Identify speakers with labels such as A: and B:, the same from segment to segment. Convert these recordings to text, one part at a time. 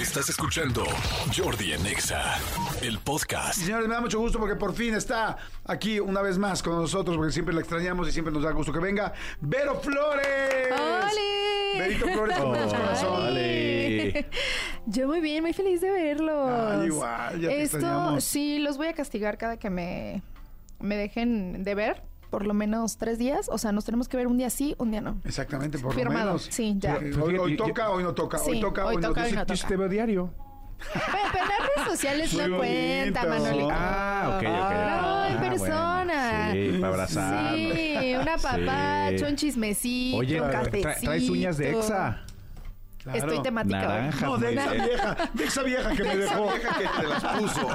A: Estás escuchando Jordi en EXA, el podcast.
B: Señores, me da mucho gusto porque por fin está aquí una vez más con nosotros, porque siempre la extrañamos y siempre nos da gusto que venga. ¡Vero Flores!
C: ¡Oli!
B: Verito Flores con mucho corazón.
C: ¡Oli! Yo muy bien, muy feliz de verlos.
B: Ay, igual, ya te
C: Esto
B: extrañamos.
C: sí, los voy a castigar cada que me, me dejen de ver, por lo menos tres días. O sea, nos tenemos que ver un día sí, un día no.
B: Exactamente, por
C: Firmado,
B: lo menos.
C: sí, ya.
B: Hoy- Hoy,
D: Yo- yo-
B: toca, hoy no toca. hoy
C: Sí,
B: toca, hoy,
C: hoy
B: no
C: toca, hoy
B: toca.
C: no.
D: Yo sí te veo diario.
C: Pero, pero las redes sociales
B: Muy
C: no cuenta,
B: bonito.
C: Manolito.
D: Ah, ok, ok.
C: No, en
D: Ah,
C: persona.
D: bueno, sí, para abrazar.
C: Sí, una papacho,
D: Sí.
C: un chismecito,
D: Oye,
C: un
D: tra-
C: cafecito. Ah,
D: traes uñas de exa.
B: Claro.
C: Estoy temática hoy.
D: Naranja. pues.
B: No, de esa
D: Muy bien.
B: vieja, de esa vieja que me dejó.
E: que te las puso.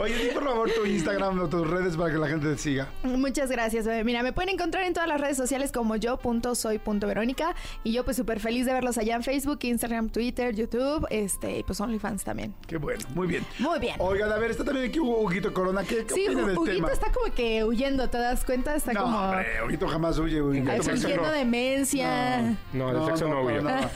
B: Oye, di por favor tu Instagram o tus redes para que la gente te siga.
C: Muchas gracias, bebé. Mira, me pueden encontrar en todas las redes sociales como yo, punto soy, punto Verónica. Y yo pues súper feliz de verlos allá en Facebook, Instagram, Twitter, YouTube, este, y pues OnlyFans también.
B: Qué bueno, muy bien.
C: Muy bien.
B: Oigan, a ver, está también aquí Hugo- Huguito Corona. ¿Qué, qué
C: Sí,
B: opina del
C: Huguito
B: tema?
C: está como que huyendo, ¿te das cuenta? Está
B: no,
C: como
B: hombre, Huguito jamás huye. Huguito
C: ay,
B: por eso
C: fingiendo
B: no.
C: demencia.
F: No, del sexo no,
B: para
F: obvio.
B: nada.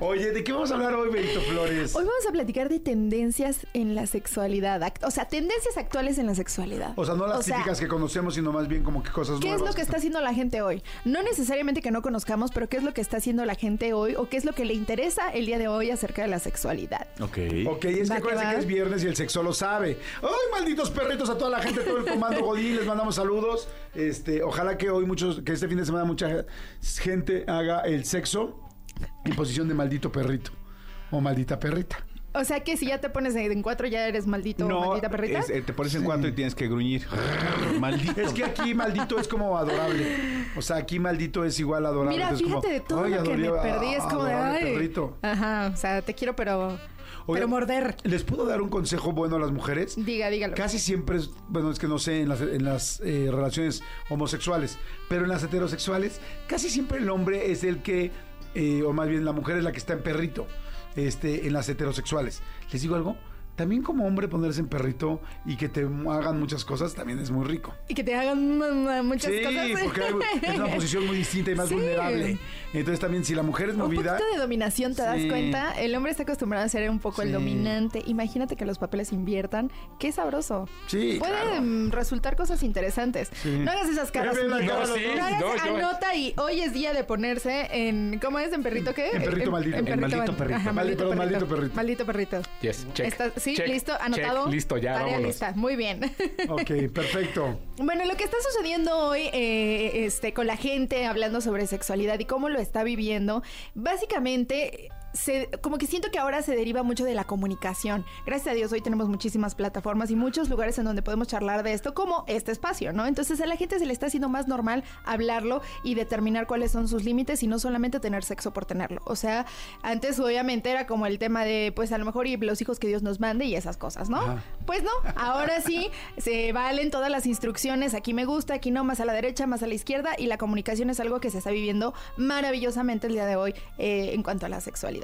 B: Oye, ¿de qué vamos a hablar hoy, Benito Flores?
C: Hoy vamos a platicar de tendencias en la sexualidad, act- o sea, tendencias actuales en la sexualidad.
B: O sea, no las
C: O sea,
B: típicas que conocemos, sino más bien como que cosas
C: ¿Qué es
B: nuevas.
C: lo que está haciendo la gente hoy? No necesariamente que no conozcamos, pero ¿qué es lo que está haciendo la gente hoy o qué es lo que le interesa el día de hoy acerca de la sexualidad?
B: Ok,
D: Ok.
B: es
C: Va
B: que
C: que
B: acuérdense
C: va.
B: que es viernes y el sexo lo sabe. ¡Ay, malditos perritos a toda la gente, todo el comando Godín! Les mandamos saludos. Este, ojalá que hoy muchos, que este fin de semana mucha gente haga el sexo en posición de maldito perrito o maldita perrita.
C: O sea que si ya te pones en cuatro ya eres maldito o maldita perrita.
D: es- eh, te pones en cuatro y tienes que gruñir. Maldito.
B: Es que aquí maldito es como adorable. O sea, aquí maldito es igual adorable.
C: Mira,
B: Entonces,
C: fíjate
B: como,
C: de todo
B: "Ay,
C: lo que me
B: adorable- ah,
C: perdí, es como de
B: adorable
C: ay.
B: perrito.
C: Ajá, o sea, te quiero pero
B: Oigan,
C: pero morder.
B: ¿Les puedo dar un consejo bueno a las mujeres?
C: Diga, dígalo.
B: Casi siempre, es- bueno, es que no sé, en las, en las, eh, relaciones homosexuales, pero en las heterosexuales, casi siempre el hombre es el que, eh, o más bien la mujer es la que está en perrito, este, en las heterosexuales. ¿Les digo algo? También como hombre ponerse en perrito y que te hagan muchas cosas también es muy rico.
C: Y que te hagan mu- mu- muchas
B: sí,
C: cosas.
B: porque hay- es una posición muy distinta y más
C: Sí.
B: vulnerable. Entonces también si la mujer es
C: Un
B: movida...
C: poquito de dominación, ¿te das
B: Sí.
C: cuenta? El hombre está acostumbrado a ser un poco el
B: Sí.
C: dominante. Imagínate que los papeles inviertan. Qué sabroso.
B: Sí,
C: Pueden
B: claro.
C: mm, resultar cosas interesantes. No hagas esas caras.
B: Ve, ve la
C: No,
B: cara de los
F: sí,
C: no hagas-
F: no, yo-
C: anota y hoy es día de ponerse en. ¿Cómo es? ¿En perrito qué?
B: En perrito maldito.
C: En
B: En
C: perrito,
D: maldito
C: mal-
D: perrito.
C: Ajá,
B: Mal-
C: maldito,
B: perdón,
C: perrito.
B: maldito
C: Maldito perrito.
F: Yes, check.
C: Está- sí,
F: check,
C: listo,
F: check,
C: anotado.
F: listo, ya,
C: Tarea
F: vámonos.
C: lista. Muy bien.
B: Ok, perfecto.
C: Bueno, lo que está sucediendo hoy eh, este, con la gente hablando sobre sexualidad y cómo lo está viviendo, básicamente... se- como que siento que ahora se deriva mucho de la comunicación. Gracias a Dios hoy tenemos muchísimas plataformas y muchos lugares en donde podemos charlar de esto, como este espacio, ¿no? Entonces a la gente se le está haciendo más normal hablarlo y determinar cuáles son sus límites y no solamente tener sexo por tenerlo. O sea, antes obviamente era como el tema de, pues a lo mejor y los hijos que Dios nos mande y esas cosas, ¿no? Pues no, ahora sí se valen todas las instrucciones, aquí me gusta, aquí no, más a la derecha, más a la izquierda, y la comunicación es algo que se está viviendo maravillosamente el día de hoy eh, en cuanto a la sexualidad.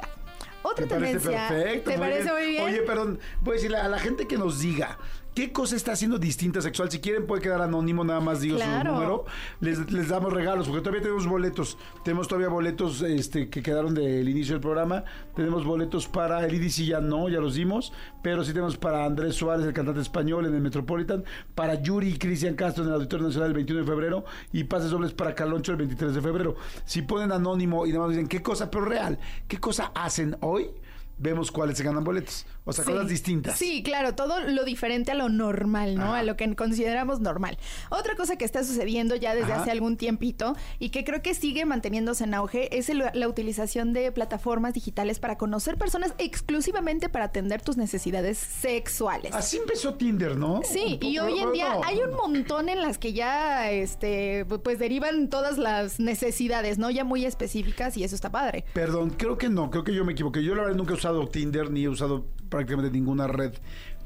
C: Otra
B: Me parece
C: tendencia.
B: perfecto.
C: ¿Te parece muy bien?
B: Oye, perdón, voy a decirle a la gente que nos diga qué cosa está haciendo distinta sexual. Si quieren, puede quedar anónimo, nada más digo
C: Claro.
B: su número. Les, les damos regalos, porque todavía tenemos boletos. Tenemos todavía boletos este, que quedaron del inicio del programa. Tenemos boletos para el IDC, ya no, ya los dimos. Pero sí tenemos para Andrés Suárez, el cantante español, en el Metropolitan. Para Yuri y Cristian Castro en el Auditorio Nacional el 21 de febrero. Y pases dobles para Caloncho el 23 de febrero. Si ponen anónimo y nada más dicen qué cosa, pero real, qué cosa hacen hoy vemos cuáles se ganan boletos. O sea, cosas
C: Sí.
B: distintas.
C: Sí, claro, todo lo diferente a lo normal, ¿no? A lo que consideramos normal. Otra cosa que está sucediendo ya desde
B: Ajá.
C: hace algún tiempito y que creo que sigue manteniéndose en auge es el- la utilización de plataformas digitales para conocer personas exclusivamente para atender tus necesidades sexuales.
B: Así empezó Tinder, ¿no?
C: Sí,
B: Ah, Un
C: y
B: poco,
C: hoy en
B: bueno,
C: día hay un montón en las que ya, este, pues derivan todas las necesidades, ¿no? Ya muy específicas y eso está padre.
B: Perdón, creo que no, creo que yo me equivoqué. Yo la verdad nunca he usado Tinder ni he usado prácticamente ninguna red.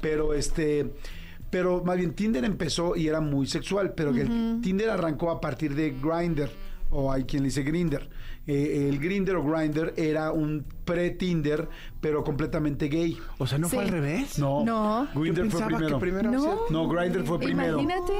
B: Pero este. Pero más bien Tinder empezó y era muy sexual, pero que el Tinder arrancó a partir de Grindr o hay quien le dice Grinder. eh, el Grinder o Grinder era un pre-Tinder, pero completamente gay.
D: O sea, ¿no fue
C: Sí.
D: al revés?
B: No,
C: No. Yo
B: Grindr fue
D: pensaba que
B: primero.
D: primero
C: No.
D: había
B: No, Grindr fue primero.
C: Imagínate.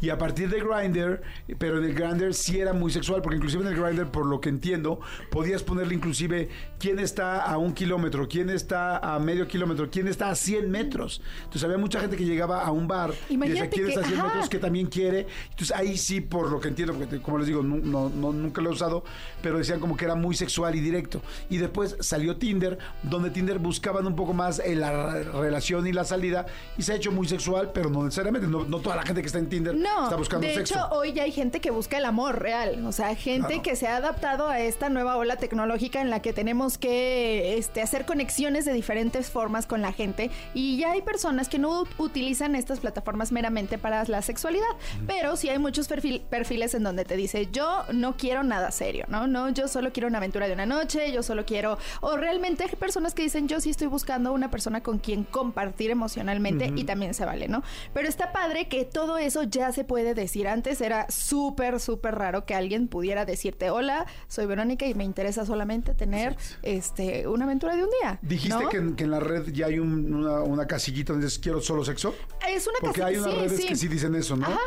B: Y a partir de Grinder, pero en el Grinder sí era muy sexual, porque inclusive en el Grinder, por lo que entiendo, podías ponerle inclusive quién está a un kilómetro, quién está a medio kilómetro, quién está a 100 metros. Entonces había mucha gente que llegaba a un bar y decía
C: Imagínate
B: quién
C: que-
B: está a 100
C: ajá.
B: metros, que también quiere. Entonces ahí sí, por lo que entiendo, porque te- como les digo, nu- no- no- nunca lo he usado, pero decían como que era muy sexual y directo. Y después salió Tinder, donde Tinder buscaban un poco más eh, la ra- relación y la salida, y se ha hecho muy sexual, pero no necesariamente, no, no toda la gente que está en Tinder
C: No,
B: está buscando
C: de
B: sexo.
C: hecho hoy ya hay gente que busca el amor real, o sea, gente
B: Claro.
C: que se ha adaptado a esta nueva ola tecnológica en la que tenemos que este, hacer conexiones de diferentes formas con la gente y ya hay personas que no ut- utilizan estas plataformas meramente para la sexualidad, pero sí hay muchos perfil- perfiles en donde te dice yo no quiero nada serio, ¿no? No, yo solo quiero una aventura de una noche, yo solo quiero, o realmente hay personas que dicen yo sí estoy buscando una persona con quien compartir emocionalmente y también se vale, ¿no? Pero está padre que todo eso ya se puede decir. Antes era súper, súper raro que alguien pudiera decirte, hola, soy Verónica y me interesa solamente tener este una aventura de un día.
B: Dijiste
C: ¿no?
B: que, en, que en la red ya hay un- una, una casillita donde dices quiero solo sexo.
C: es una
B: Porque
C: casilla-
B: hay unas
C: sí,
B: redes
C: sí.
B: que sí dicen eso, ¿no?
C: Ajá.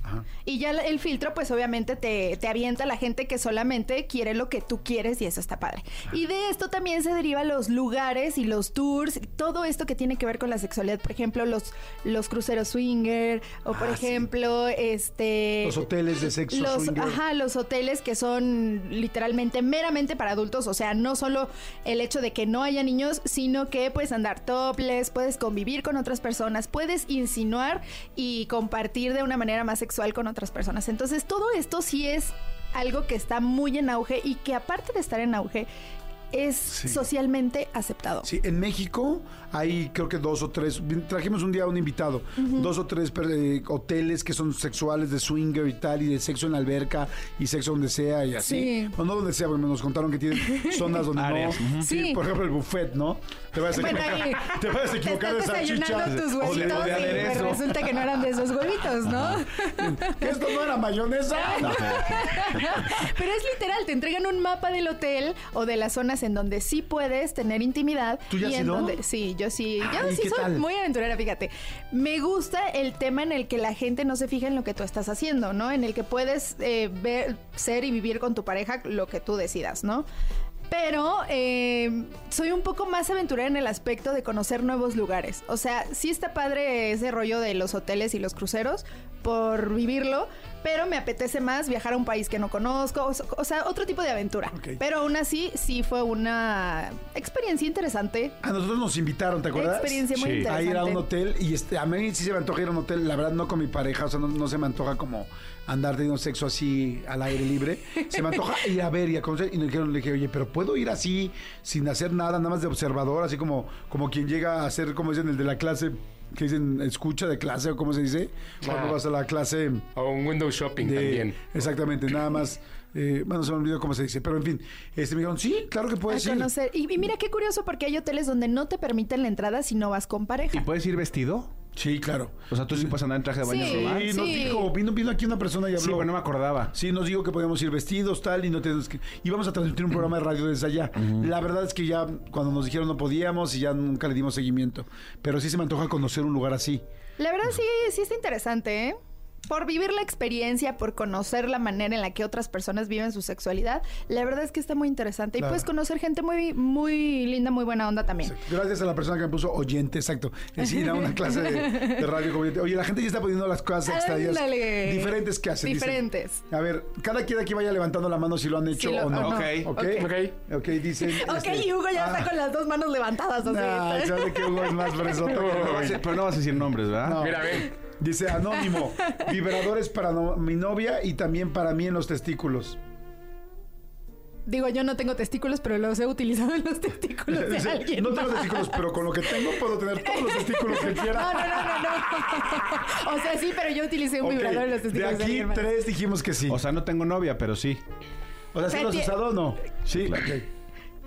B: Ajá.
C: Y ya la- el filtro, pues obviamente te, te avienta la gente que solamente quiere lo que tú quieres y eso está padre. Y de esto también se deriva los lugares y los tours, todo esto que tiene que ver con la sexualidad. Por ejemplo, los, los cruceros swinger o, por
D: Ah, sí.
C: ejemplo, este...
B: Los hoteles de sexo.
C: Los,
B: swinger.
C: ajá, los hoteles que son literalmente meramente para adultos, o sea, no solo el hecho de que no haya niños, sino que puedes andar topless, puedes convivir con otras personas, puedes insinuar y compartir de una manera más sexual con otras personas. Entonces, todo esto sí es algo que está muy en auge y que aparte de estar en auge, es socialmente aceptado.
B: Sí, en México hay creo que dos o tres, trajimos un día a un invitado, dos o tres per- eh, hoteles que son sexuales de swinger y tal, y de sexo en la alberca y sexo donde sea y así.
C: Sí.
B: O no donde sea, porque nos contaron que tienen zonas donde no.
D: Áreas, ujú.
C: Sí.
B: Por ejemplo, el buffet, ¿no? Te vas a
C: Bueno,
B: equivocar,
C: ahí
B: te vas a
C: Te
B: equivocar de
C: estás
B: salchicha.
C: desayunando tus
D: o de-
C: huevitos
D: o de
C: y pues,
D: aderezo.
C: resulta que no eran de esos huevitos, ¿no?
B: ¿Esto no era mayonesa?
C: Pero es literal, te entregan un mapa del hotel o de las zonas en donde sí puedes tener intimidad.
B: ¿Tú ya
C: y
B: has
C: en
B: ido?
C: donde Sí, yo sí, yo
B: Ay,
C: sí
B: ¿qué
C: soy
B: tal?
C: muy aventurera, fíjate. Me gusta el tema en el que la gente no se fija en lo que tú estás haciendo, ¿no? En el que puedes eh, ver, ser y vivir con tu pareja lo que tú decidas, ¿no? Pero eh, soy un poco más aventurera en el aspecto de conocer nuevos lugares. O sea, sí está padre ese rollo de los hoteles y los cruceros por vivirlo, pero me apetece más viajar a un país que no conozco. O, o sea, otro tipo de aventura.
B: Ok.
C: Pero aún así, sí fue una experiencia interesante.
B: A nosotros nos invitaron, ¿te acuerdas?
C: Experiencia muy
B: a
D: Sí.
C: interesante.
B: ir a un hotel y este, a mí sí se me antoja ir a un hotel, la verdad no con mi pareja, o sea, no, no se me antoja como andar teniendo sexo así al aire libre, se me antoja ir a ver y a conocer y nos dijeron, le dije, oye, pero puedo ir así sin hacer nada, nada más de observador, así como, como quien llega a ser, como dicen, el de la clase, que dicen, escucha de clase o cómo se dice, cuando
E: Ah.
B: vas a la clase...
E: O un window shopping
B: de-
E: también.
B: Exactamente, nada más... eh, bueno, se me olvidó cómo se dice, pero en fin, este, me dijeron, Pues sí, claro que puedes
C: a
B: ir.
C: conocer. Y, y mira qué curioso porque hay hoteles donde no te permiten la entrada si no vas con
D: ¿Y
C: pareja.
B: pues,
D: puedes ir vestido?
B: Sí, claro.
D: O sea, tú sí puedes andar en traje de baño
C: Sí.
D: normal.
B: Sí, nos
C: Sí.
B: dijo, vino, vino aquí una persona y habló.
D: Sí, pero no me acordaba.
B: Sí, nos dijo que podíamos ir vestidos, tal, y no tenemos que. Íbamos a transmitir un programa de radio desde allá. La verdad es que ya cuando nos dijeron no podíamos y ya nunca le dimos seguimiento. Pero sí se me antoja conocer un lugar así.
C: La verdad
B: pues
C: sí, sí está interesante, ¿eh? Por vivir la experiencia, por conocer la manera en la que otras personas viven su sexualidad, la verdad es que está muy interesante.
B: Claro.
C: Y puedes conocer gente muy, muy linda, muy buena onda también.
B: Gracias a la persona que me puso oyente, exacto. Es ir a una clase de, de radio como oyente. Oye, la gente ya está poniendo las cosas extrañas
C: Ah, Ándale.
B: diferentes que hacen. dicen.
C: Diferentes.
B: A ver, cada quien aquí vaya levantando la mano si lo han hecho
C: Si lo-
B: o no.
C: o no.
D: Ok.
B: Ok.
E: Ok.
B: Ok, dicen. este, ah,
C: Ok, y Hugo ya está con las dos manos levantadas. así.
B: Nah, sabe que Hugo es más fresón.
D: No vas a- Pero no vas a decir nombres, ¿verdad?
B: No.
E: Mira, ven.
B: Dice anónimo, vibradores para no- mi novia y también para mí en los testículos.
C: Digo, yo no tengo testículos, pero los he utilizado en los testículos de
B: Dice,
C: alguien.
B: no tengo
C: más".
B: testículos, pero con lo que tengo puedo tener todos los testículos que
C: No, no,
B: quiera.
C: no, no, no. O sea, sí, pero yo utilicé un
B: Ok,
C: vibrador en los
B: de
C: testículos de,
B: aquí
C: alguien más.
B: tres dijimos que sí.
D: O sea, no tengo novia, pero sí.
B: O sea, ¿sí
C: Pero
B: los has
C: tie-
B: usado o no? Sí,
D: claro.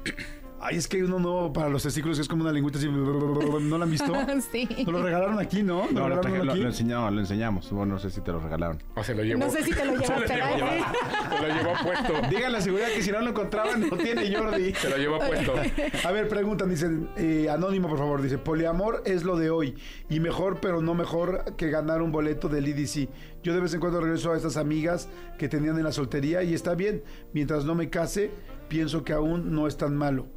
B: ok. Ay, es que hay uno nuevo para los testículos que es como una lengüita así. ¿No la han visto?
C: Sí.
B: Nos lo regalaron aquí, ¿no? Nos
D: No, lo, traje-
B: regalaron
D: lo-
B: aquí.
D: lo enseñamos, lo enseñamos. Bueno, no sé si te lo regalaron.
E: O se lo llevó.
C: No sé si te lo
E: Se
C: llevaste,
E: llevó-
C: ¿verdad?
E: Se lo llevó puesto.
D: Diga la seguridad que si no lo encontraban, no tiene Jordi.
E: Se lo llevó puesto.
B: A ver, preguntan, dicen, eh, anónimo por favor, dice, poliamor es lo de hoy y mejor, pero no mejor que ganar un boleto del IDC. Yo de vez en cuando regreso a estas amigas que tenían en la soltería y está bien, mientras no me case, pienso que aún no es tan malo.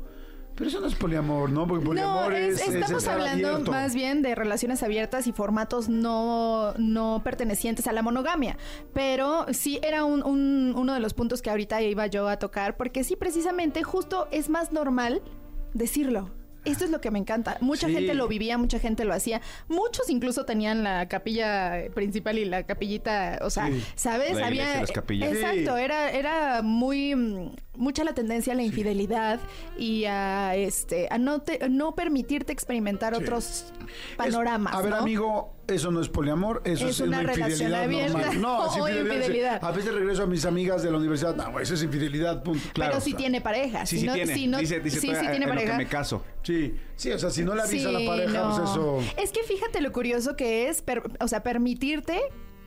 B: Pero eso no es poliamor, ¿no? Porque poliamor
C: No, es-
B: es, es
C: estamos
B: estar
C: hablando
B: abierto.
C: más bien de relaciones abiertas y formatos no, no pertenecientes a la monogamia. Pero sí era un- un- uno de los puntos que ahorita iba yo a tocar, porque sí, precisamente, justo es más normal decirlo. Esto es lo que me encanta. Mucha
D: Sí.
C: gente lo vivía, mucha gente lo hacía. Muchos incluso tenían la capilla principal y la capillita, o sea,
B: Sí.
C: ¿sabes?
D: La iglesia,
C: Había
D: las capillas.
C: Exacto,
B: Sí.
C: era era muy mm, mucha la tendencia a la infidelidad y a este a no te- no permitirte experimentar otros panoramas,
B: Es- a ver,
C: ¿no?
B: amigo, eso no es poliamor, eso
C: Es
B: es,
C: una relación
B: infidelidad
C: abierta
B: normal. No, es
C: o
B: infidelidad. dice,
C: infidelidad.
B: A veces regreso a mis amigas de la universidad, no, eso es infidelidad, punto.
C: Pero
B: Claro,
C: si
B: o sea,
C: tiene pareja,
D: Sí,
C: si
D: sí
C: no,
D: tiene.
C: si no-
D: dice, dice,
C: sí,
D: "Estoy
C: sí
D: a-
C: tiene
D: en lo que
C: pareja.
D: me caso.
B: Sí, sí, o sea, si no le avisa a la
C: Sí,
B: pareja, pues
C: no.
B: eso...
C: Es que fíjate lo curioso que es, per- o sea, permitirte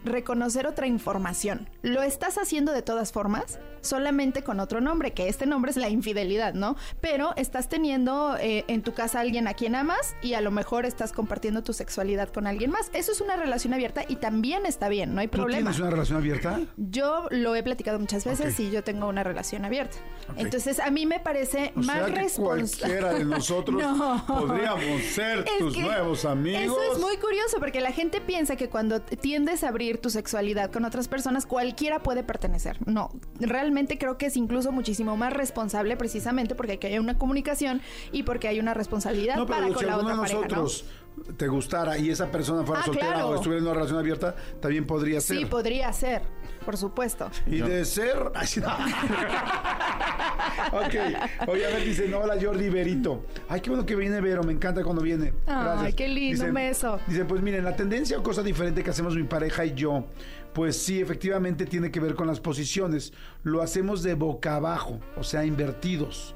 C: reconocer otra información. Lo estás haciendo de todas formas, solamente con otro nombre, que este nombre es la infidelidad, ¿no? Pero estás teniendo eh, en tu casa a alguien a quien amas y a lo mejor estás compartiendo tu sexualidad con alguien más. Eso es una relación abierta y también está bien, no hay
B: ¿Tú
C: problema.
B: tienes una relación abierta?
C: Yo lo he platicado muchas veces y yo tengo una relación abierta. Entonces, a mí me parece
B: O
C: más
B: sea que
C: responsable.
B: cualquiera de nosotros
C: No.
B: podríamos ser
C: Es
B: tus
C: que
B: nuevos amigos.
C: Eso es muy curioso porque la gente piensa que cuando tiendes a abrir tu sexualidad con otras personas, cualquiera puede pertenecer. No, realmente creo que es incluso muchísimo más responsable precisamente porque aquí hay una comunicación y porque hay una responsabilidad
B: no,
C: para
B: pero
C: con
B: si
C: la
B: alguno
C: otra
B: de
C: pareja. ¿no?
B: nosotros te gustara y esa persona fuera
C: Ah,
B: soltera
C: claro.
B: o estuviera en una relación abierta, también podría ser.
C: Sí, podría ser, por supuesto.
B: Y de ser. Ay, sí, no. ok. Oye, a ver, dicen, hola Jordi Berito. Ay, qué bueno que viene Vero, me encanta cuando viene.
C: Ay,
B: Gracias.
C: qué lindo, un beso.
B: Dice, pues miren, la tendencia o cosa diferente que hacemos mi pareja y yo, pues sí, efectivamente tiene que ver con las posiciones. Lo hacemos de boca abajo, o sea, invertidos.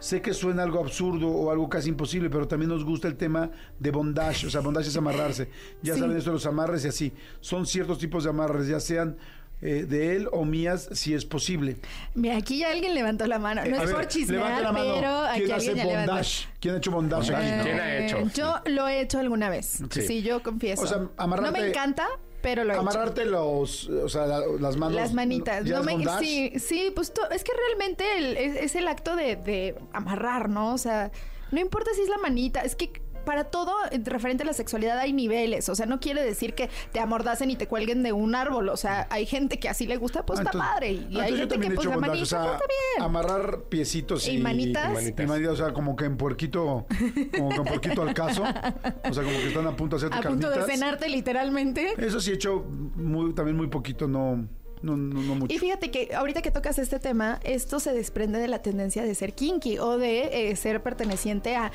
B: Sé que suena algo absurdo o algo casi imposible, pero también nos gusta el tema de bondage. O sea, bondage es amarrarse. Ya
C: Sí.
B: saben esto de los amarres y así. Son ciertos tipos de amarres, ya sean eh, de él o mías, si es posible.
C: Mira, aquí ya alguien levantó la mano. No
B: Eh, A
C: es
B: ver,
C: por
B: levanta
C: chismear,
B: la mano.
C: pero aquí
B: ¿Quién
C: alguien
B: hace
C: ya levantó.
B: bondage? ¿Quién ha hecho bondage?
E: Bondage.
B: aquí?
E: ¿Quién ha
C: Eh,
E: hecho?
C: Yo lo he hecho alguna vez.
B: Sí.
C: Sí, yo confieso.
B: O sea, amarrarte-
C: No me encanta, pero lo he hecho.
B: Amarrarte los, o sea, la- las manos.
C: Las manitas.
B: ¿ya
C: No
B: es
C: me,
B: bondage?
C: sí, sí, pues to- es que realmente el- es, es el acto de, de amarrar, ¿no? O sea, no importa si es la manita, es que para todo eh, referente a la sexualidad hay niveles, o sea, no quiere decir que te amordacen y te cuelguen de un árbol, o sea, hay gente que así le gusta, pues
B: Ah,
C: está
B: entonces-
C: padre,
B: ah,
C: y
B: entonces
C: hay
B: yo
C: gente
B: también
C: que
B: he
C: pues
B: hecho
C: la
B: bondage,
C: manita,
B: o sea,
C: pues, está bien.
B: Amarrar piecitos y,
C: Y manitas.
B: y manitas. o sea, como que en puerquito, como que en puerquito al caso. O sea, como que están a punto de hacerte
C: A punto de
B: carnitas.
C: cenarte literalmente.
B: Eso sí he hecho muy, también muy poquito, no, no, no, no mucho.
C: Y fíjate que ahorita que tocas este tema, esto se desprende de la tendencia de ser kinky o de eh, ser perteneciente a...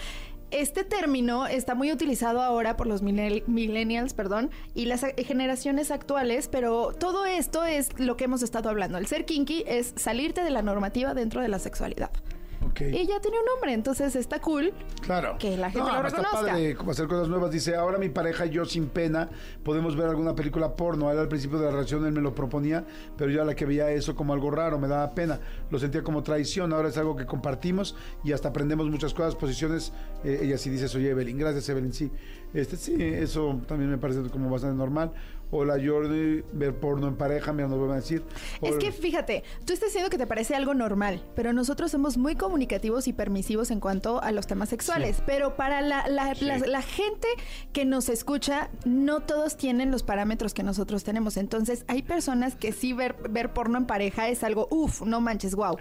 C: Este término está muy utilizado ahora por los millennial- millennials, perdón, y las eh, generaciones actuales, pero todo esto es lo que hemos estado hablando. El ser kinky es salirte de la normativa dentro de la sexualidad.
B: Ok.
C: Y ya tiene un nombre, entonces está cool.
B: Claro.
C: que la gente lo
B: pero Está
C: reconozca.
B: padre como hacer cosas nuevas. Dice, ahora mi pareja y yo sin pena podemos ver alguna película porno. Él al principio de la relación él me lo proponía, pero yo a la que veía eso como algo raro, me daba pena. Lo sentía como traición. Ahora es algo que compartimos y hasta aprendemos muchas cosas, posiciones. Eh, ella sí dice, soy Evelyn. Gracias, Evelyn. Sí, este, sí, eso también me parece como bastante normal. Hola, Jordi, ver porno en pareja, mira, nos vuelven a decir.
C: Es
B: Hola.
C: que fíjate, tú estás diciendo que te parece algo normal, pero nosotros somos muy comunicativos y permisivos en cuanto a los temas sexuales. Pero para la, la- la- la gente que nos escucha, no todos tienen los parámetros que nosotros tenemos. Entonces, hay personas que sí ver, ver porno en pareja es algo, uff, no manches, wow.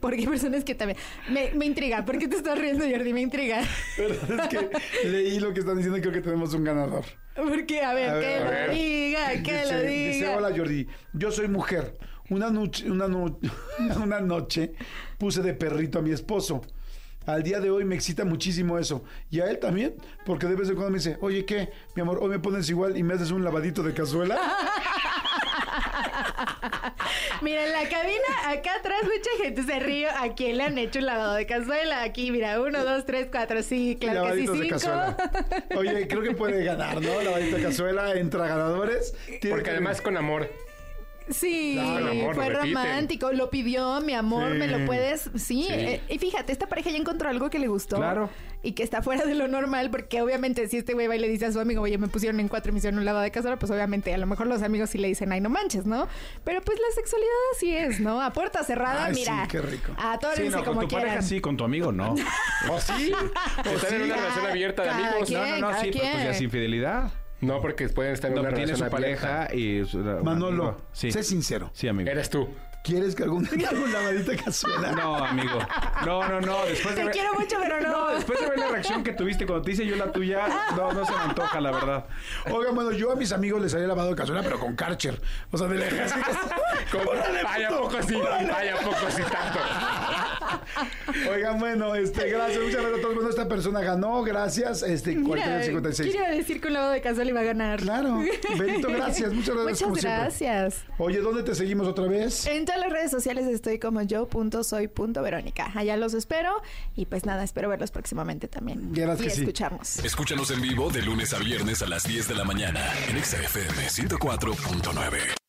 C: Porque hay personas que también. Me, me intriga. ¿Por qué te estás riendo, Jordi? Me intriga.
B: Pero es que leí lo que están diciendo y creo que tenemos un ganador.
C: Porque, a ver,
B: A ver,
C: que
B: a
C: lo
E: ver.
C: diga, que
B: dice,
C: lo diga.
B: dice, hola Jordi, yo soy mujer. Una noche, una, nu- una noche puse de perrito a mi esposo. Al día de hoy me excita muchísimo eso. Y a él también, porque de vez en cuando me dice,
C: Ah,
B: oye, ¿qué? Mi amor, hoy me pones igual y me haces un lavadito de cazuela.
C: Mira, en la cabina, acá atrás, mucha gente se ríe. ¿A quién le han hecho un lavado de cazuela? Aquí, mira, uno, dos, tres, cuatro, sí, claro que sí,
B: Lavaditos
C: cinco.
B: de cazuela. Oye, creo que puede ganar, ¿no? Lavadito de cazuela, entra ganadores. Tiene
E: Porque
B: que-
E: además con amor.
C: Sí,
E: Claro, el amor,
C: fue
E: repite.
C: romántico, lo pidió, mi amor,
B: Sí.
C: me lo puedes. Sí,
E: Sí.
C: eh, y fíjate, esta pareja ya encontró algo que le gustó.
D: Claro.
C: Y que está fuera de lo normal, porque obviamente si este güey va y le dice a su amigo, oye, me pusieron en cuatro y me hicieron un lavado de cazuela, pues obviamente a lo mejor los amigos sí le dicen, ay, no manches, ¿no? Pero pues la sexualidad así es, ¿no? A puerta cerrada,
B: Ay, sí,
C: mira.
B: qué rico.
C: A todos
F: Sí, no, con
C: como
F: tu
C: quieran.
F: pareja sí, con tu amigo no.
E: ¿O sí? Están en una
C: Cada-
E: relación abierta de
C: cada
E: amigos.
C: quien.
E: No,
F: No, no,
C: cada
F: sí, pero pues
C: quien.
F: ya es infidelidad.
E: no, porque pueden estar en
F: No,
E: una
F: tiene
E: relación
F: su
E: abierta.
F: pareja y... su- un
D: Ah,
B: Manolo,
F: amigo. Sí,
B: sé sincero.
F: sí, amigo.
E: Eres tú.
B: ¿Quieres que algún día haga un lavadito de cazuela?
F: No, amigo. No, no, no. Después de
C: Te
F: ver-
C: quiero mucho, pero no.
F: No, después de ver la reacción que tuviste cuando te hice yo la tuya, no, no se me antoja, la verdad.
B: Oigan, bueno, yo a mis amigos les haría lavado de cazuela, pero con Karcher. O sea, del ejército.
E: Con-
B: Órale,
E: Vaya
B: puto,
E: poco sí,
B: órale.
E: vaya poco sí tanto.
B: Oigan, bueno, este, gracias, muchas gracias a todos. Bueno, esta persona ganó, gracias. Este,
C: Mira,
B: 4156.
C: quiero decir que un lavado de cazuela iba a ganar.
B: Claro. Benito, gracias, muchas gracias, como
C: Muchas
B: siempre.
C: gracias.
B: Oye, ¿dónde te seguimos otra vez?
C: En todas las redes sociales estoy como yo.soy.verónica. Allá los espero y pues nada, espero verlos próximamente también.
B: Gracias
C: y
B: que sí.
C: escucharnos.
A: Escúchanos en vivo de lunes a viernes a las 10 de la mañana en Exa FM 104.9.